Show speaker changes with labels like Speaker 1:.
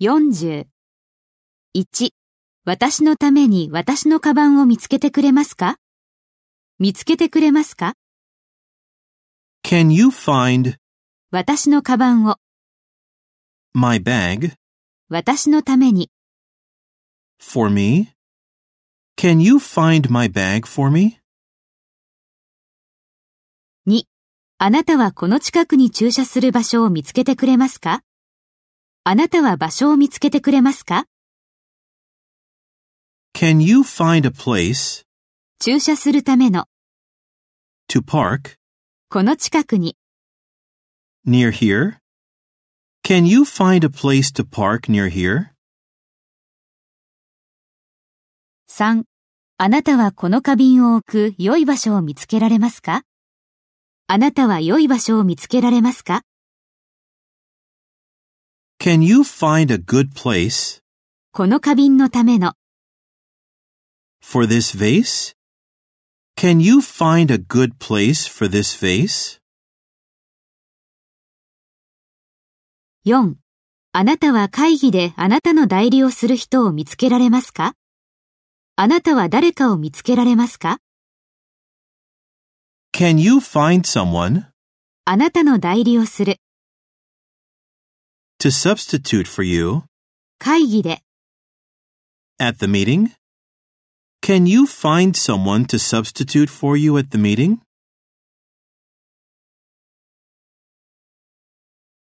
Speaker 1: 40。1. 私のために私のカバンを見つけてくれますか見つけてくれますか
Speaker 2: Can you find
Speaker 1: 私のカバンを
Speaker 2: my bag
Speaker 1: 私のために
Speaker 2: for me? Can you find my bag for me?
Speaker 1: 2. あなたはこの近くに駐車する場所を見つけてくれますかあなたは場所を見つけてくれますか
Speaker 2: Can you find a place
Speaker 1: 駐車するための
Speaker 2: to park
Speaker 1: この近くに
Speaker 2: near here? Can you find a place to park near here?
Speaker 1: 3. あなたはこの花瓶を置く良い場所を見つけられますかあなたは良い場所を見つけられますか
Speaker 2: Can you find a good place
Speaker 1: この花瓶のための
Speaker 2: for this vase? Can you find a good place for this vase?
Speaker 1: 4. あなたは会議であなたの代理をする人を見つけられますかあなたは誰かを見つけられますか
Speaker 2: Can you find someone
Speaker 1: あなたの代理をする
Speaker 2: to substitute for you
Speaker 1: 会議で
Speaker 2: at the meeting? Can you find someone to substitute for you at the meeting?